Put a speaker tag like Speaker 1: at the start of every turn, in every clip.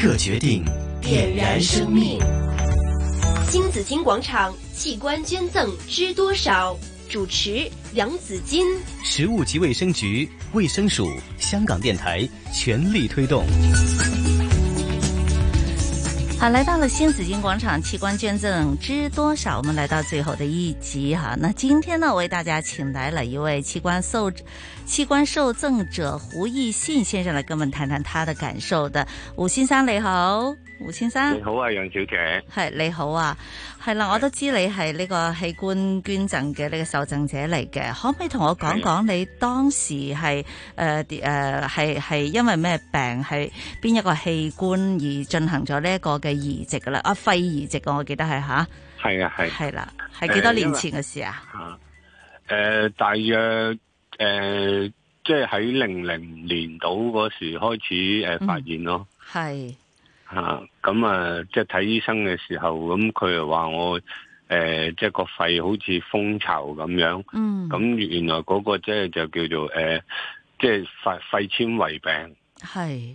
Speaker 1: 刻决定，点燃生命。
Speaker 2: 新紫金广场器官捐赠知多少？主持杨紫金，
Speaker 1: 食物及卫生局、卫生署、香港电台全力推动。
Speaker 3: 好，来到了新紫金广场器官捐赠知多少？我们来到最后的一集哈。那今天呢，为大家请来了一位器官受器官受赠者胡奕信先生来跟我们谈谈他的感受的。胡先生你好，胡先生
Speaker 4: 你好啊，楊小姐。
Speaker 3: 係你好啊，係啦，我都知你係呢個器官捐贈嘅呢個受贈者嚟嘅，可唔可以同我講講你當時係誒誒係係因為咩病係邊一個器官而進行咗呢一個嘅移植噶啦？啊，肺移植啊，我記得係吓，
Speaker 4: 係啊，係
Speaker 3: 係啦，係幾多
Speaker 4: 誒因為
Speaker 3: 年前嘅事啊？
Speaker 4: 吓，诶、大約诶、誒即係喺零零年到嗰時開始诶、誒
Speaker 3: 嗯
Speaker 4: 發現咯
Speaker 3: 係
Speaker 4: 吓，咁啊，即係睇醫生嘅時候，咁佢又話我诶、誒即係個肺好似蜂巢咁樣，
Speaker 3: 嗯，
Speaker 4: 咁原來嗰個即係就叫做诶、誒即係肺肺纖維病，
Speaker 3: 係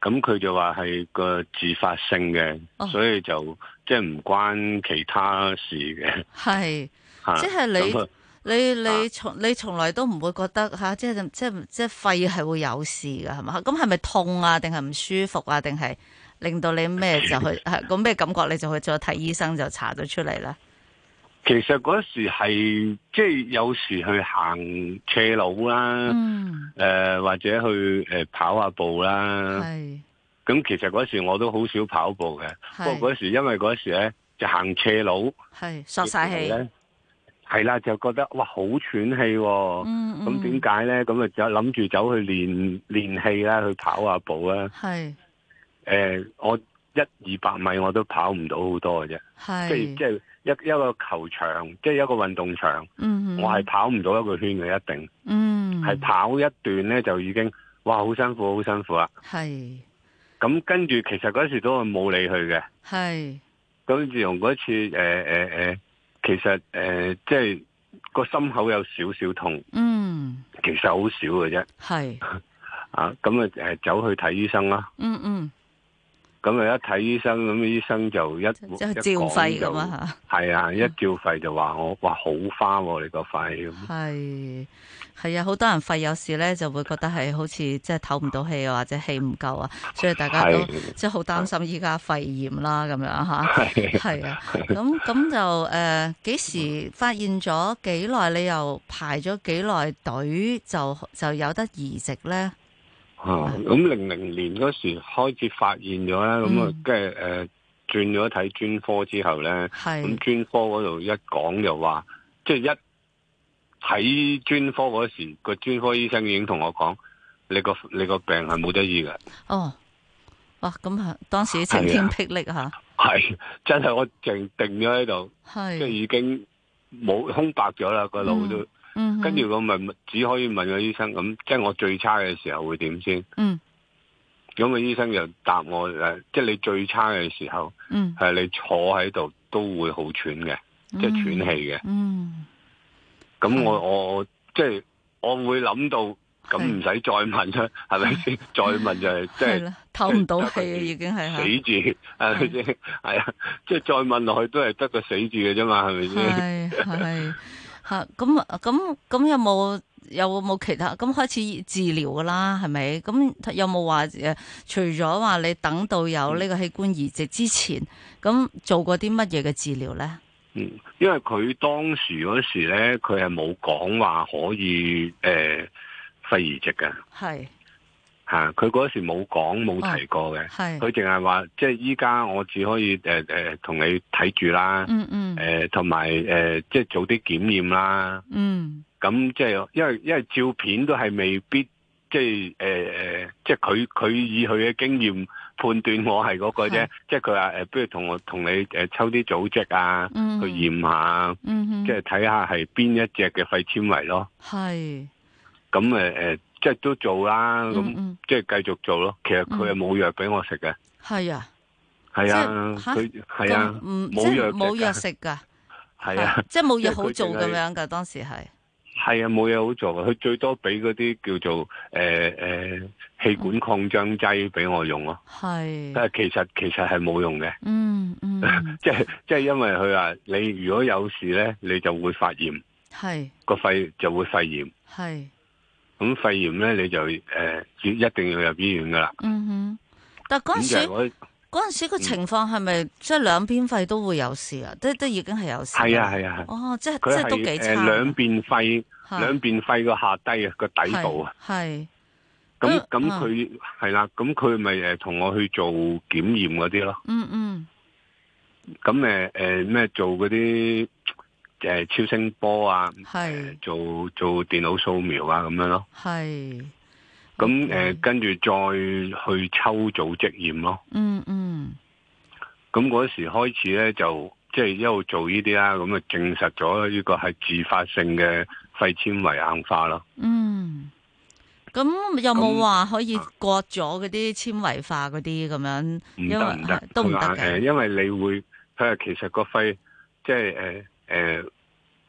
Speaker 4: 咁佢就話係個自發性嘅，
Speaker 3: 哦
Speaker 4: 所以就即係唔關其他事嘅
Speaker 3: 係，
Speaker 4: 吓。
Speaker 3: 即係你
Speaker 4: 咁啊
Speaker 3: 你你
Speaker 4: 啊
Speaker 3: 從你從來都唔會覺得吓、即係即係即係肺係會有事㗎係嘛？咁係咪痛啊？定係唔舒服啊？定係令到你 咩就去係咁咩感覺？你就去咗睇醫生就查咗出嚟啦。
Speaker 4: 其實嗰時係即係有時去行斜路啦，誒、
Speaker 3: 嗯，
Speaker 4: 或者去誒、呃跑下步啦。
Speaker 3: 係
Speaker 4: 咁其實嗰時我都好少跑步嘅，不過
Speaker 3: 係
Speaker 4: 嗰時因為嗰時咧就行斜路，
Speaker 3: 係索晒氣，
Speaker 4: 呢，係啦，就覺得哇好喘氣喎、
Speaker 3: 嗯嗯，
Speaker 4: 咁點解咧？咁啊就諗住走去練練氣啦，去跑下步啦。
Speaker 3: 係
Speaker 4: 誒、我一二百米我都跑唔到好多嘅啫，即係
Speaker 3: 係
Speaker 4: 即係一一個球場，即係一個運動場。
Speaker 3: 嗯，
Speaker 4: 我係跑唔到一個圈嘅，一定
Speaker 3: 嗯
Speaker 4: 係跑一段呢，就已經哇好辛苦，好辛苦啦。
Speaker 3: 係
Speaker 4: 咁跟住其實嗰時都係冇理佢嘅。
Speaker 3: 係
Speaker 4: 咁自從嗰次誒誒誒，其實誒、呃即係個心口有少少痛，
Speaker 3: 嗯
Speaker 4: 其實好少嘅啫。
Speaker 3: 係
Speaker 4: 啊，咁啊誒走去睇醫生啦。
Speaker 3: 嗯嗯，
Speaker 4: 咁啊一睇醫生，咁醫生就一一
Speaker 3: 即係照肺咁
Speaker 4: 講
Speaker 3: 啊
Speaker 4: 就，係啊，一照肺就話我哇好花喎、你個肺咁。
Speaker 3: 係係啊，好多人肺有事咧，就會覺得係好似即係唞唔到氣啊，或者氣唔夠啊，所以大家都
Speaker 4: 係
Speaker 3: 即係好擔心依家肺炎啦咁樣吓。
Speaker 4: 係
Speaker 3: 係啊，咁咁就誒幾、時發現咗幾耐？你又排咗幾耐隊就就有得移植咧？
Speaker 4: 哦，
Speaker 3: 嗯
Speaker 4: 咁零零年嗰時開始發現咗啦，咁啊
Speaker 3: 嗯，
Speaker 4: 跟住誒轉咗睇專科之後咧，咁
Speaker 3: 係
Speaker 4: 專科嗰度一講就話，即係一睇專科嗰時，個專科醫生已經同我講，你個你個病係冇得醫㗎，
Speaker 3: 哦，哇！咁啊，當時晴天霹靂啊嚇，
Speaker 4: 係真係我靜定咗喺度，即係
Speaker 3: 係
Speaker 4: 已經冇空白咗啦個腦都，
Speaker 3: 嗯哼
Speaker 4: 跟住我咪只可以問個醫生咁，即係我最差嘅時候會點先？
Speaker 3: 嗯
Speaker 4: 咁個醫生就答我誒，即係你最差嘅時候。
Speaker 3: 嗯，
Speaker 4: 係你坐喺度都會好喘嘅，即係喘氣嘅。
Speaker 3: 嗯，
Speaker 4: 咁
Speaker 3: 嗯
Speaker 4: 我我我即係我會諗到，咁
Speaker 3: 係
Speaker 4: 唔使再 問啦，係咪先？再問就係即
Speaker 3: 係
Speaker 4: 係
Speaker 3: 啦，唞唔到氣啊，已經係嚇。
Speaker 4: 死字，係咪先？係啊，即係再問落去都係得個死字嘅啫嘛，係咪先？
Speaker 3: 係係吓，咁啊咁咁有冇有冇其他咁開始治療噶啦？係咪？咁有冇話诶，除咗話你等到
Speaker 4: 嗯
Speaker 3: 有呢個器官移植之前，咁做過啲乜嘢嘅治療咧？
Speaker 4: 嗯，因為佢當時嗰時咧，佢係冇講話可以誒肺移植嘅
Speaker 3: 係
Speaker 4: 嚇，佢嗰時冇講
Speaker 3: 哦
Speaker 4: 冇提過嘅，
Speaker 3: 係，
Speaker 4: 佢淨係話即係依家我只可以誒誒同你睇住啦。
Speaker 3: 嗯嗯
Speaker 4: 誒同埋誒，即係早啲檢驗啦。
Speaker 3: 嗯，
Speaker 4: 咁即係因為因為照片都係未必，即係誒誒，即係佢佢以佢嘅經驗判斷我係嗰個啫
Speaker 3: 係。
Speaker 4: 即係佢話誒，不如同我同你誒抽啲組織啊，
Speaker 3: 嗯
Speaker 4: 去驗下，
Speaker 3: 嗯哼，
Speaker 4: 即係睇下係邊一隻嘅肺纖維咯。
Speaker 3: 係
Speaker 4: 咁誒誒，即係都做啦，
Speaker 3: 嗯
Speaker 4: 咁
Speaker 3: 嗯
Speaker 4: 即係繼續做咯。其實佢係冇藥俾我食嘅，
Speaker 3: 係啊，
Speaker 4: 係啊，
Speaker 3: 即係吓
Speaker 4: 佢係啊
Speaker 3: 咁，唔即
Speaker 4: 冇
Speaker 3: 係
Speaker 4: 藥
Speaker 3: 冇
Speaker 4: 食
Speaker 3: 藥
Speaker 4: 㗎
Speaker 3: 食噶，
Speaker 4: 係啊，
Speaker 3: 即係冇藥
Speaker 4: 即係
Speaker 3: 好
Speaker 4: 佢
Speaker 3: 做
Speaker 4: 淨
Speaker 3: 咁
Speaker 4: 係
Speaker 3: 樣噶，當時係
Speaker 4: 係啊，冇嘢好做啊！佢最多俾嗰啲叫做诶诶、呃氣管擴張劑俾我用咯，
Speaker 3: 係，
Speaker 4: 但係其實其實係冇用嘅，
Speaker 3: 嗯嗯，
Speaker 4: 即係即係因為佢話你如果有事咧，你就會發炎，
Speaker 3: 係
Speaker 4: 個肺就會肺炎，
Speaker 3: 係，
Speaker 4: 咁肺炎咧你就诶、呃一定要入醫院噶啦。
Speaker 3: 嗯哼。但嗰陣
Speaker 4: 咁
Speaker 3: 時
Speaker 4: 就係我嗯
Speaker 3: 嗰陣時個情況係咪即係兩邊肺都會有事啊？都都已經係有事。
Speaker 4: 係啊。係啊係，
Speaker 3: 哦，即係
Speaker 4: 佢
Speaker 3: 即係都
Speaker 4: 係
Speaker 3: 幾
Speaker 4: 诶
Speaker 3: 差。啊
Speaker 4: 两边肺兩邊肺個下低啊個底部啊。
Speaker 3: 係。係
Speaker 4: 咁
Speaker 3: 嗯
Speaker 4: 咁
Speaker 3: 啊
Speaker 4: 佢係啦，咁佢咪誒同我去做檢驗嗰啲咯，
Speaker 3: 嗯嗯。
Speaker 4: 咁誒誒咩做嗰啲誒超聲波啊，
Speaker 3: 係
Speaker 4: 做做電腦掃描啊咁樣咯，
Speaker 3: 係。
Speaker 4: 咁誒、
Speaker 3: OK
Speaker 4: 跟住再去抽組織驗咯，
Speaker 3: 嗯嗯
Speaker 4: 咁嗰時開始咧就即係一路做呢啲啦，咁啊證實咗呢個係自發性嘅肺纖維硬化咯，
Speaker 3: 嗯。咁有冇
Speaker 4: 咁
Speaker 3: 話可以割咗嗰啲纖維化嗰啲咁樣？
Speaker 4: 唔
Speaker 3: 因
Speaker 4: 得
Speaker 3: 為啊
Speaker 4: 唔得，
Speaker 3: 都唔得
Speaker 4: 佢話誒
Speaker 3: 嘅。
Speaker 4: 因為你會佢話其實個肺即係誒誒，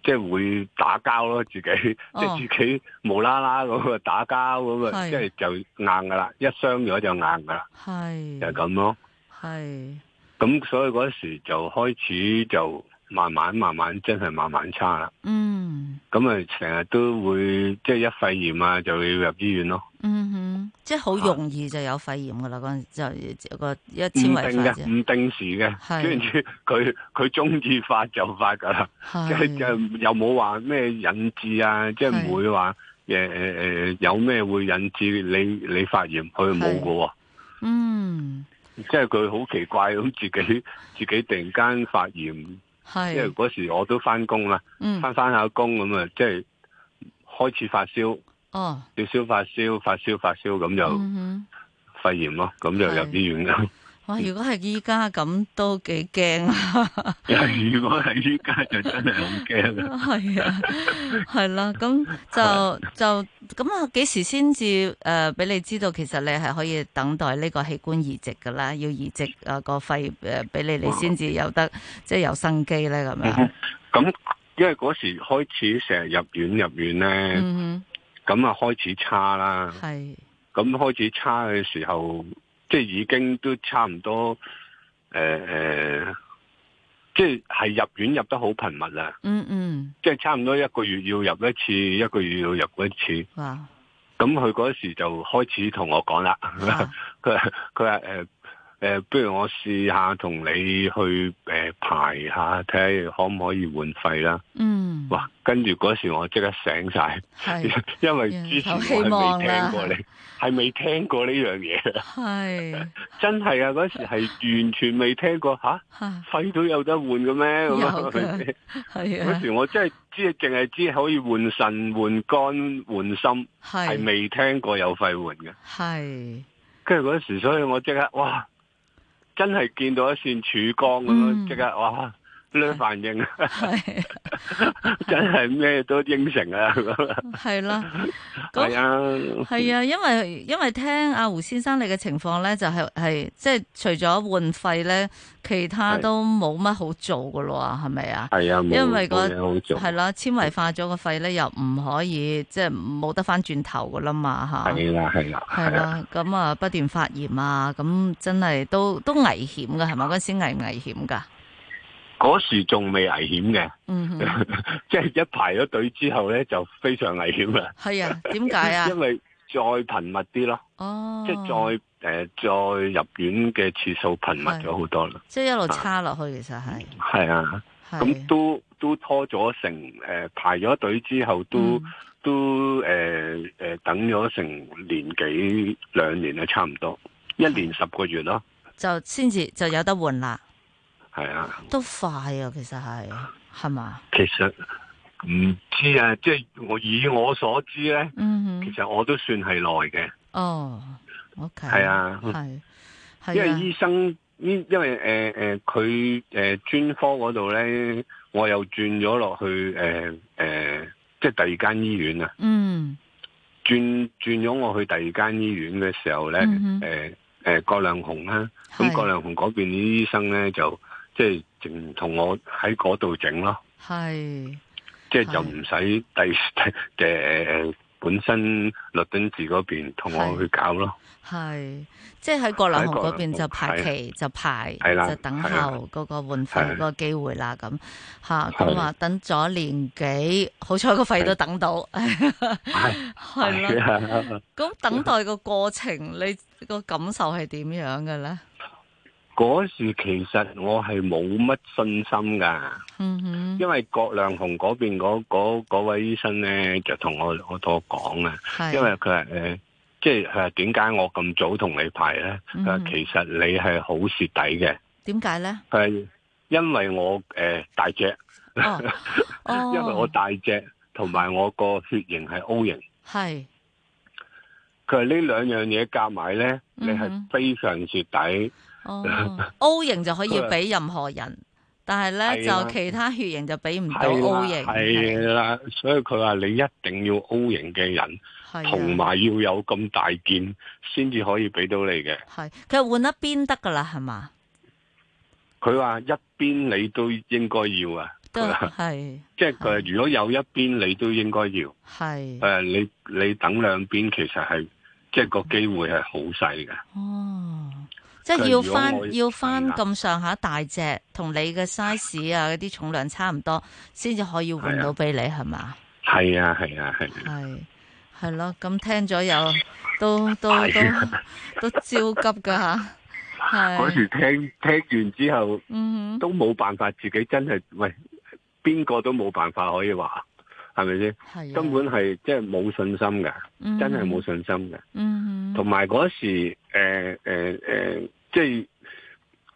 Speaker 4: 即係會打交咯，自己
Speaker 3: 哦
Speaker 4: 即係自己無啦啦咁啊打交咁啊，
Speaker 3: 係
Speaker 4: 即係就硬噶啦，一傷咗就硬噶啦，
Speaker 3: 係。
Speaker 4: 就係咁咯。
Speaker 3: 係。
Speaker 4: 咁所以嗰時就開始就慢慢慢慢真係慢慢差啦。
Speaker 3: 嗯
Speaker 4: 咁啊，成日都會即係一肺炎啊，就要入醫院咯。
Speaker 3: 嗯哼，即係好容易就有肺炎噶啦，嗰陣就個一
Speaker 4: 唔
Speaker 3: 纖
Speaker 4: 定
Speaker 3: 維化
Speaker 4: 嘅，
Speaker 3: 啫。
Speaker 4: 唔定時嘅，
Speaker 3: 係
Speaker 4: 跟住佢佢中意發就發㗎啦。即係
Speaker 3: 係。
Speaker 4: 就又冇話咩引致啊，即係唔會話誒誒誒有咩會引致你你發炎，佢冇噶喎，
Speaker 3: 嗯，
Speaker 4: 即係佢好奇怪咁自己自己突然間發炎，因為
Speaker 3: 係。
Speaker 4: 嗰時我都翻工啦，
Speaker 3: 嗯。
Speaker 4: 翻翻下工咁啊，即係開始發燒，
Speaker 3: 哦。
Speaker 4: 要燒發燒，發燒發燒咁就
Speaker 3: 嗯哼，
Speaker 4: 肺炎咯，咁就入醫院 啦。
Speaker 3: 哇！如果係依家咁，都幾驚啊！
Speaker 4: 如果係依家就真係好驚啦。
Speaker 3: 係啊，係啦，咁就就咁啊，幾時先至誒俾你知道？其實你係可以等待呢個器官移植噶啦，要移植誒個肺誒俾你，你先至有得即係有生機咧咁樣。
Speaker 4: 咁因為嗰時開始成日入院入院咧。
Speaker 3: 嗯
Speaker 4: 咁啊開始差啦
Speaker 3: 哼，，係
Speaker 4: 咁開始差嘅時候，即係已經都差唔多，誒、誒，即係係入院入得好頻密啦，
Speaker 3: 嗯嗯，
Speaker 4: 即係差唔多一個月要入一次，一個月要入一次。
Speaker 3: 哇！
Speaker 4: 咁佢嗰時就開始同我講啦，
Speaker 3: 啊
Speaker 4: 佢話佢話誒誒，不如我試下同你去誒、呃排下，睇下可唔可以換肺啦。
Speaker 3: 嗯，
Speaker 4: 哇！跟住嗰時我即刻醒晒。
Speaker 3: 係
Speaker 4: 因為之前我係未聽過
Speaker 3: 有
Speaker 4: 你，係未聽過呢樣嘢，
Speaker 3: 係
Speaker 4: 真 係啊！ 嗰時係完全未聽過吓，
Speaker 3: 嚇
Speaker 4: 肺都有得換嘅咩？咁
Speaker 3: 有
Speaker 4: 啊
Speaker 3: 㗎係
Speaker 4: 嗰
Speaker 3: 啊
Speaker 4: 時我真係知，淨係知可以換腎、換肝、換心，係
Speaker 3: 係
Speaker 4: 未聽過有肺換嘅。
Speaker 3: 係
Speaker 4: 跟住嗰時，所以我即刻哇，真係見到一線曙光咁樣，
Speaker 3: 嗯
Speaker 4: 即刻哇！呢反應
Speaker 3: 係。
Speaker 4: 真係咩都應承啊！
Speaker 3: 系啦， 咁
Speaker 4: 係啊，
Speaker 3: 系啊，因為因为听阿胡先生你嘅情況咧，就係係即係除咗換肺咧，其他
Speaker 4: 係
Speaker 3: 都冇乜好做噶咯，係咪啊？
Speaker 4: 係啊，冇
Speaker 3: 因為個
Speaker 4: 冇嘢好做。
Speaker 3: 係啦，纖維化咗個肺咧，又唔可以即係冇得翻轉頭噶啦嘛吓。
Speaker 4: 系啦，系啦，
Speaker 3: 係
Speaker 4: 系啦，
Speaker 3: 啦，咁啊不斷發炎啊，咁真係都都危險噶，係咪？嗰陣時危唔危險噶？
Speaker 4: 嗰時仲未危險嘅，
Speaker 3: 嗯哼，
Speaker 4: 即係一排咗隊之後咧，就非常危險啦。
Speaker 3: 係 啊，點解啊
Speaker 4: 因？為再頻密啲咯，
Speaker 3: 哦，
Speaker 4: 即係再诶、再入院嘅次數頻密咗好多啦。
Speaker 3: 即係一路差落去，其實係
Speaker 4: 係啊，
Speaker 3: 係
Speaker 4: 咁都都拖咗成诶、呃排咗隊之後都、
Speaker 3: 嗯
Speaker 4: 都诶诶、呃等咗成年幾兩年啊，差唔多一年十個月咯。
Speaker 3: 就先至就有得換啦。
Speaker 4: 係啊，
Speaker 3: 都快啊，其實係係嘛？
Speaker 4: 其實唔知啊，即係我以我所知咧。
Speaker 3: 嗯
Speaker 4: 其
Speaker 3: 哼，
Speaker 4: 實我都算係耐嘅，
Speaker 3: 哦，OK，
Speaker 4: 係啊
Speaker 3: 係
Speaker 4: 因為
Speaker 3: 係啊
Speaker 4: 醫生因因為诶诶佢诶专科嗰度咧，我又轉咗落去诶诶、呃即係第二間醫院啊，
Speaker 3: 啊，嗯
Speaker 4: 轉轉咗我去第二間醫院嘅時候咧，
Speaker 3: 嗯哼
Speaker 4: 诶诶郭亮雄啦，咁郭
Speaker 3: 係
Speaker 4: 亮雄嗰邊啲醫生咧就即係淨同我喺嗰度整咯，
Speaker 3: 係
Speaker 4: 即係就唔使第第 誒本身律敦治嗰邊同我去搞咯。
Speaker 3: 係，即係喺葛量洪嗰邊就排期就排，
Speaker 4: 係啦
Speaker 3: 就等
Speaker 4: 係啦
Speaker 3: 候嗰個換肺
Speaker 4: 係
Speaker 3: 嗰個機會啦，咁吓
Speaker 4: 係
Speaker 3: 咁啊，等咗年幾，好彩個肺都等到，
Speaker 4: 係啊
Speaker 3: 係啦。
Speaker 4: 啦，
Speaker 3: 咁等待個過程，你個感受係點樣嘅咧？
Speaker 4: 嗰時其實我係冇乜信心㗎。
Speaker 3: 嗯哼，
Speaker 4: 因為郭亮雄嗰邊嗰嗰嗰位醫生咧，就同我我同我講啊，
Speaker 3: 係
Speaker 4: 因為佢話誒，即係佢話點解我咁早同你排咧？佢話
Speaker 3: 嗯
Speaker 4: 啊其實你係好蝕底嘅，
Speaker 3: 點解咧？
Speaker 4: 佢係因為我誒、呃大隻，
Speaker 3: 哦哦，
Speaker 4: 因為我大隻，同埋我個血型係 O 型。
Speaker 3: 係
Speaker 4: 佢話呢兩樣嘢夾埋咧，你
Speaker 3: 嗯
Speaker 4: 係非常蝕底。
Speaker 3: 哦 O 型就可以
Speaker 4: 佢話
Speaker 3: 俾任何人，但係咧
Speaker 4: 係啦
Speaker 3: 就其他血型就俾唔到
Speaker 4: 係啦
Speaker 3: O 型，
Speaker 4: 係啦，所以佢話你一定要 O 型嘅人，
Speaker 3: 係啊
Speaker 4: 同埋要有咁大件，先至可以俾到你嘅。
Speaker 3: 係，其實換一邊得噶啦，係嘛？
Speaker 4: 佢話一邊你都應該要啊，
Speaker 3: 都
Speaker 4: 佢話
Speaker 3: 係嗯
Speaker 4: 即係佢話如果有一邊你都應該要，誒、
Speaker 3: 係
Speaker 4: 你你等兩邊其實係即係個機會係好細嘅，
Speaker 3: 哦，即係
Speaker 4: 佢
Speaker 3: 要
Speaker 4: 如果我
Speaker 3: 翻要翻
Speaker 4: 係啦啊
Speaker 3: 咁上下大隻，同你嘅 size 啊嗰啲重量差唔多，先至可以換
Speaker 4: 係啊
Speaker 3: 到俾你係嘛？
Speaker 4: 係啊係啊係啊，
Speaker 3: 係係咯，咁聽咗又都都
Speaker 4: 係啊
Speaker 3: 都都焦急噶吓，
Speaker 4: 嗰
Speaker 3: 係
Speaker 4: 時聽聽完之後
Speaker 3: 嗯
Speaker 4: 都冇辦法，自己真係喂邊個都冇辦法可以話係咪先？
Speaker 3: 哼，係啊
Speaker 4: 根本係即係冇信心嘅，真係冇，信心嘅。
Speaker 3: 嗯嗯
Speaker 4: 同
Speaker 3: 哼
Speaker 4: 埋嗰時誒誒誒，即係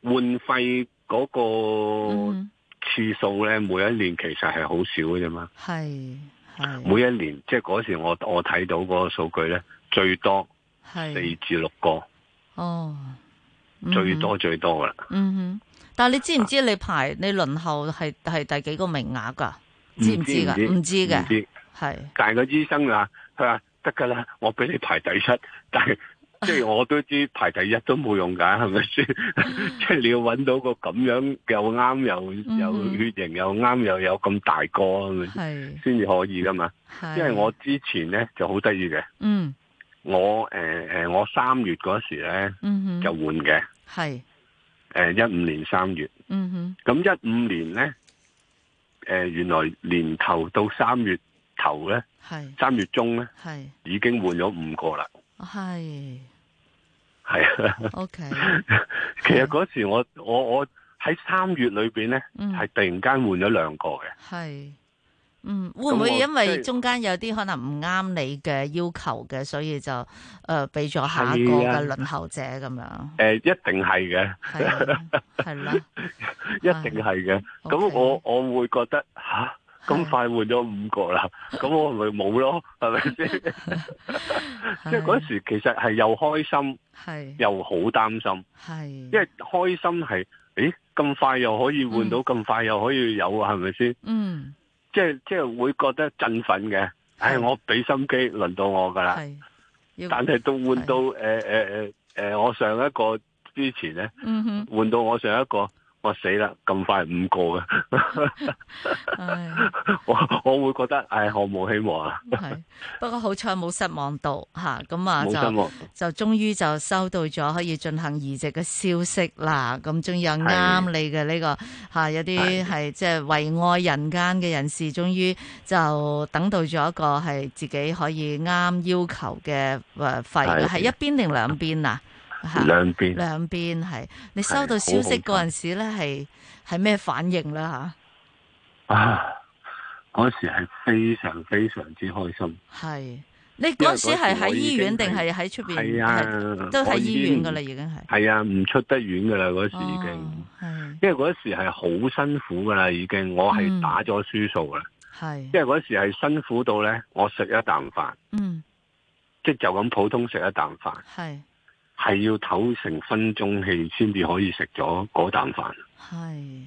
Speaker 4: 換肺嗰個
Speaker 3: 嗯
Speaker 4: 次數咧，每一年其實係好少嘅啫嘛。
Speaker 3: 哼係係
Speaker 4: 每一年即係嗰時我我睇到嗰個數據咧，最多四
Speaker 3: 係
Speaker 4: 至六個，
Speaker 3: 哦，嗯
Speaker 4: 最
Speaker 3: 哼
Speaker 4: 多最多噶啦。
Speaker 3: 嗯哼，但系你知唔知你排你輪候係系第幾個名額㗎？知唔知㗎？唔知
Speaker 4: 唔
Speaker 3: 嘅，
Speaker 4: 知。
Speaker 3: 係
Speaker 4: 但係個醫生啊，佢話得㗎啦，我俾你排第七， 但係。即係我都知排第一都冇用㗎，係咪先？ 即係你要揾到個咁樣又啱又
Speaker 3: 嗯
Speaker 4: 又血型又啱又有咁大個，係咪先
Speaker 3: 係
Speaker 4: 先至可以㗎嘛？
Speaker 3: 係，
Speaker 4: 因為我之前咧就好得意嘅，
Speaker 3: 嗯
Speaker 4: 我誒誒、呃我三月嗰時咧
Speaker 3: 嗯
Speaker 4: 就
Speaker 3: 哼
Speaker 4: 換嘅，
Speaker 3: 係
Speaker 4: 誒一五年三月，
Speaker 3: 嗯哼
Speaker 4: 咁一五年咧，誒、原來年頭到三月頭咧，
Speaker 3: 係
Speaker 4: 三月中咧
Speaker 3: 係
Speaker 4: 已經換咗五個啦，
Speaker 3: 係
Speaker 4: 係啊，
Speaker 3: OK
Speaker 4: 其實嗰時我我我喺三月裏邊咧
Speaker 3: 嗯
Speaker 4: 係突然間換咗兩個嘅，
Speaker 3: 係嗯會唔會
Speaker 4: 咁我
Speaker 3: 因為
Speaker 4: 即係
Speaker 3: 中間有啲可能唔啱你嘅要求嘅，所以就诶俾咗下一個
Speaker 4: 係啊
Speaker 3: 嘅輪候者咁樣
Speaker 4: 誒、一定係
Speaker 3: 係啊係 啦，
Speaker 4: 嘅，一定係嘅。咁
Speaker 3: OK
Speaker 4: 我我會覺得吓咁
Speaker 3: 係
Speaker 4: 快換咗五個啦，咁我咪冇咯，係咪先？即係嗰時其實係又開心
Speaker 3: 係
Speaker 4: 又好擔心，
Speaker 3: 係
Speaker 4: 因為開心係，咦咁快又可以換到，咁、快又可以有，係咪先？
Speaker 3: 嗯
Speaker 4: 即係即係會覺得振奮嘅。唉，我俾心機，輪到我㗎啦。
Speaker 3: 係要
Speaker 4: 啊但係到換到誒誒誒誒，我上一個之前咧，
Speaker 3: 嗯 哼。
Speaker 4: 換到我上一個，我死啦！咁快五個嘅，
Speaker 3: 唉，
Speaker 4: 我我會覺得，唉，我冇希望啊，
Speaker 3: 系，不過好彩冇失望到吓，咁啊
Speaker 4: 冇失
Speaker 3: 就
Speaker 4: 望。
Speaker 3: 就终于就收到咗可以進行移植嘅消息啦。咁終於有啱你嘅呢、個吓、有啲
Speaker 4: 係
Speaker 3: 係即係為愛人間嘅人士，終於就等到咗一個係自己可以啱要求嘅诶肺，
Speaker 4: 係
Speaker 3: 係一邊定兩邊啊？吓，
Speaker 4: 兩邊。
Speaker 3: 两边系。你收
Speaker 4: 係
Speaker 3: 到消息
Speaker 4: 好好
Speaker 3: 嗰陣時咧，係係咩反應啦？
Speaker 4: 啊！嗰時係非常非常之開心，
Speaker 3: 吓，係你嗰陣時係喺醫院定係喺出边？係
Speaker 4: 係啊，
Speaker 3: 都喺醫院噶啦，
Speaker 4: 我已
Speaker 3: 已經係。
Speaker 4: 經，係啊，唔出得院噶啦，嗰時已經，
Speaker 3: 哦，
Speaker 4: 因為嗰時係好辛苦噶啦，已經，我
Speaker 3: 嗯
Speaker 4: 係打咗輸數啦，
Speaker 3: 係
Speaker 4: 因
Speaker 3: 係，
Speaker 4: 為嗰時係辛苦到咧，我食一啖飯，
Speaker 3: 嗯
Speaker 4: 即係就咁普通食一啖飯，
Speaker 3: 係
Speaker 4: 係要唞成分鐘氣先至可以食咗嗰啖飯，
Speaker 3: 係，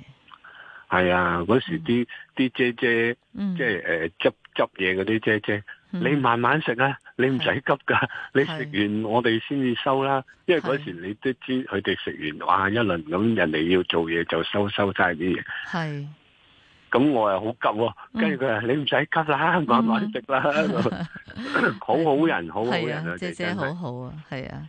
Speaker 4: 係啊，嗰時啲啲姐姐，
Speaker 3: 嗯，
Speaker 4: 即係誒執執嘢嗰啲姐姐。
Speaker 3: 嗯
Speaker 4: 你慢慢食啦，你唔使急噶，你食完我哋先至收啦。因為嗰時你都知佢哋食完，哇一輪咁，人哋要做嘢就收收晒啲嘢。
Speaker 3: 係
Speaker 4: 咁我又好急喎，
Speaker 3: 嗯
Speaker 4: 跟住佢話你唔使急 啦，慢慢食啦，咁啊好好人，好好
Speaker 3: 係
Speaker 4: 人
Speaker 3: 啊
Speaker 4: 啊，，
Speaker 3: 姐姐
Speaker 4: 真係
Speaker 3: 好好啊，係啊，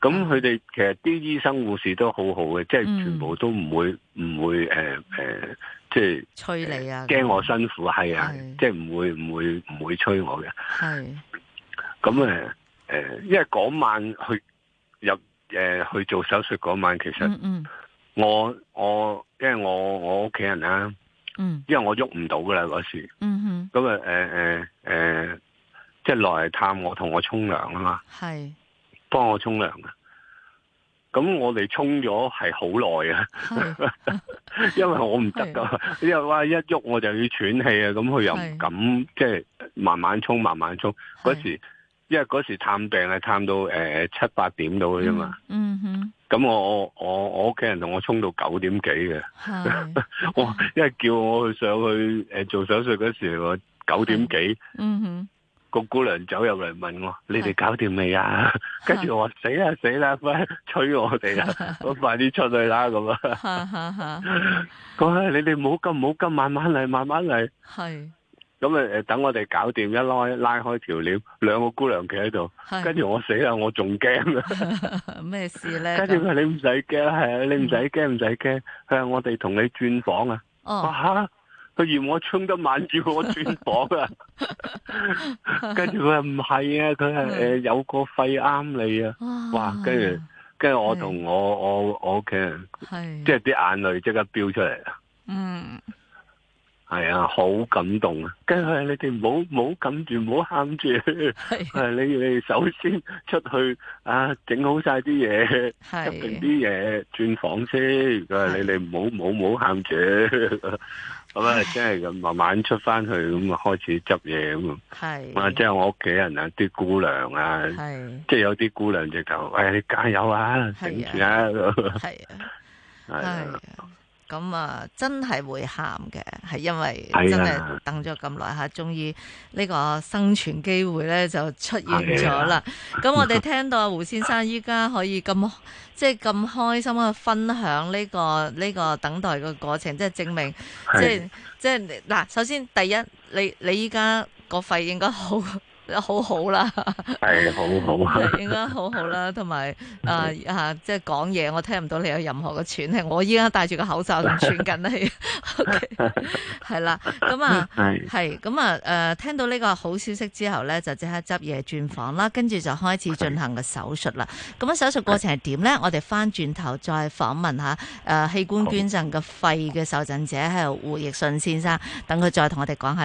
Speaker 4: 咁佢哋其實啲醫生護士都好好嘅，即
Speaker 3: 嗯
Speaker 4: 係全部都唔會唔、會誒誒、呃即係
Speaker 3: 催你啊，
Speaker 4: 驚我辛苦，係啊
Speaker 3: 係，
Speaker 4: 即係唔會唔會唔會催我嘅。
Speaker 3: 係
Speaker 4: 咁誒誒，因為嗰晚去入誒、呃去做手術嗰晚，其實
Speaker 3: 嗯嗯
Speaker 4: 我我因為我我屋企人啦，
Speaker 3: 嗯
Speaker 4: 因為我喐唔到噶啦嗰時，
Speaker 3: 嗯
Speaker 4: 咁啊誒誒誒，即係落嚟探我同我沖涼啊嘛。
Speaker 3: 哼，係
Speaker 4: 幫我沖涼嘅。咁我哋沖咗係好耐啊，
Speaker 3: 係
Speaker 4: 因為我唔得噶，因為哇一喐我就要喘氣啊，咁佢又唔敢即係慢慢沖慢慢沖。 嗰時因為嗰時探病係探到誒七八點到嘅啫啊嘛，，
Speaker 3: 嗯嗯
Speaker 4: 咁我我我我屋企人同我沖到九點幾嘅，
Speaker 3: 哼，係，
Speaker 4: 我因為叫我去上去誒做手術嗰時我九點幾。
Speaker 3: 嗯哼，
Speaker 4: 個姑娘走入嚟問我：你哋搞掂未啊？ 跟住我話死啦死啦，快催我哋啦，我快啲出去啦咁啊！
Speaker 3: 嗯哈哈哈，
Speaker 4: 佢話你哋唔好急唔好急，慢慢嚟慢慢嚟。
Speaker 3: 係
Speaker 4: 咁啊誒，等我哋搞掂一拉拉開條簾，兩個姑娘企喺度，
Speaker 3: 係，
Speaker 4: 跟住我死啦，我仲驚啊！
Speaker 3: 咩事咧？
Speaker 4: 跟住佢話你唔使驚，係啊，你唔使驚唔使驚，佢話我哋同你轉房啊！我
Speaker 3: 哦，
Speaker 4: 話吓，佢嫌我沖得晚，叫我轉房啊！跟住佢話唔係啊，佢係誒有個肺啱你啊！哇跟
Speaker 3: 啊
Speaker 4: 住跟住我同我我我屋企人，
Speaker 3: 係
Speaker 4: 即係啲眼淚即刻飆出嚟啦，
Speaker 3: 嗯
Speaker 4: 係啊，好感動啊！跟住佢話你哋唔好唔好撳住，唔好喊住， 係
Speaker 3: 係
Speaker 4: 你哋首先出去啊，整好晒啲嘢，執定
Speaker 3: 係
Speaker 4: 啲嘢，轉房先。佢話
Speaker 3: 係
Speaker 4: 你哋唔好唔好唔好喊住， 咁啊，即係咁慢慢出翻去，咁啊開始執嘢咁啊，啊，即
Speaker 3: 係
Speaker 4: 係我屋企人啊，啲姑娘啊，
Speaker 3: 係
Speaker 4: 即係有啲姑娘直頭，喂、你加油啊，頂住啊，
Speaker 3: 係啊。
Speaker 4: 係啊。
Speaker 3: 係啊，咁啊，真係會喊嘅，係因為
Speaker 4: 係啊
Speaker 3: 真係等咗咁耐吓，終於呢個生存機會咧就出現咗啦。
Speaker 4: 啊
Speaker 3: 咁我哋聽到阿胡先生依家可以咁 即係咁開心去分享呢、個呢、個等待嘅過程，即係證明即係即係你嗱，首先第一，你你依家個肺應該好好好啦。
Speaker 4: 系好好啊，
Speaker 3: 應該好好啦，同埋啊啊，即係講嘢，我聽唔到你有任何嘅喘氣。我依家戴住個口罩仲喘緊氣，係啦，咁啊。
Speaker 4: 系
Speaker 3: 係咁啊！誒、聽到呢個好消息之後咧，就即刻執嘢轉房啦，跟住就開始進行個手術啦。咁啊，手術過程係點咧？我哋翻轉頭再訪問下誒、器官捐贈嘅肺嘅受贈者係胡奕信先生，等佢再同我哋講下。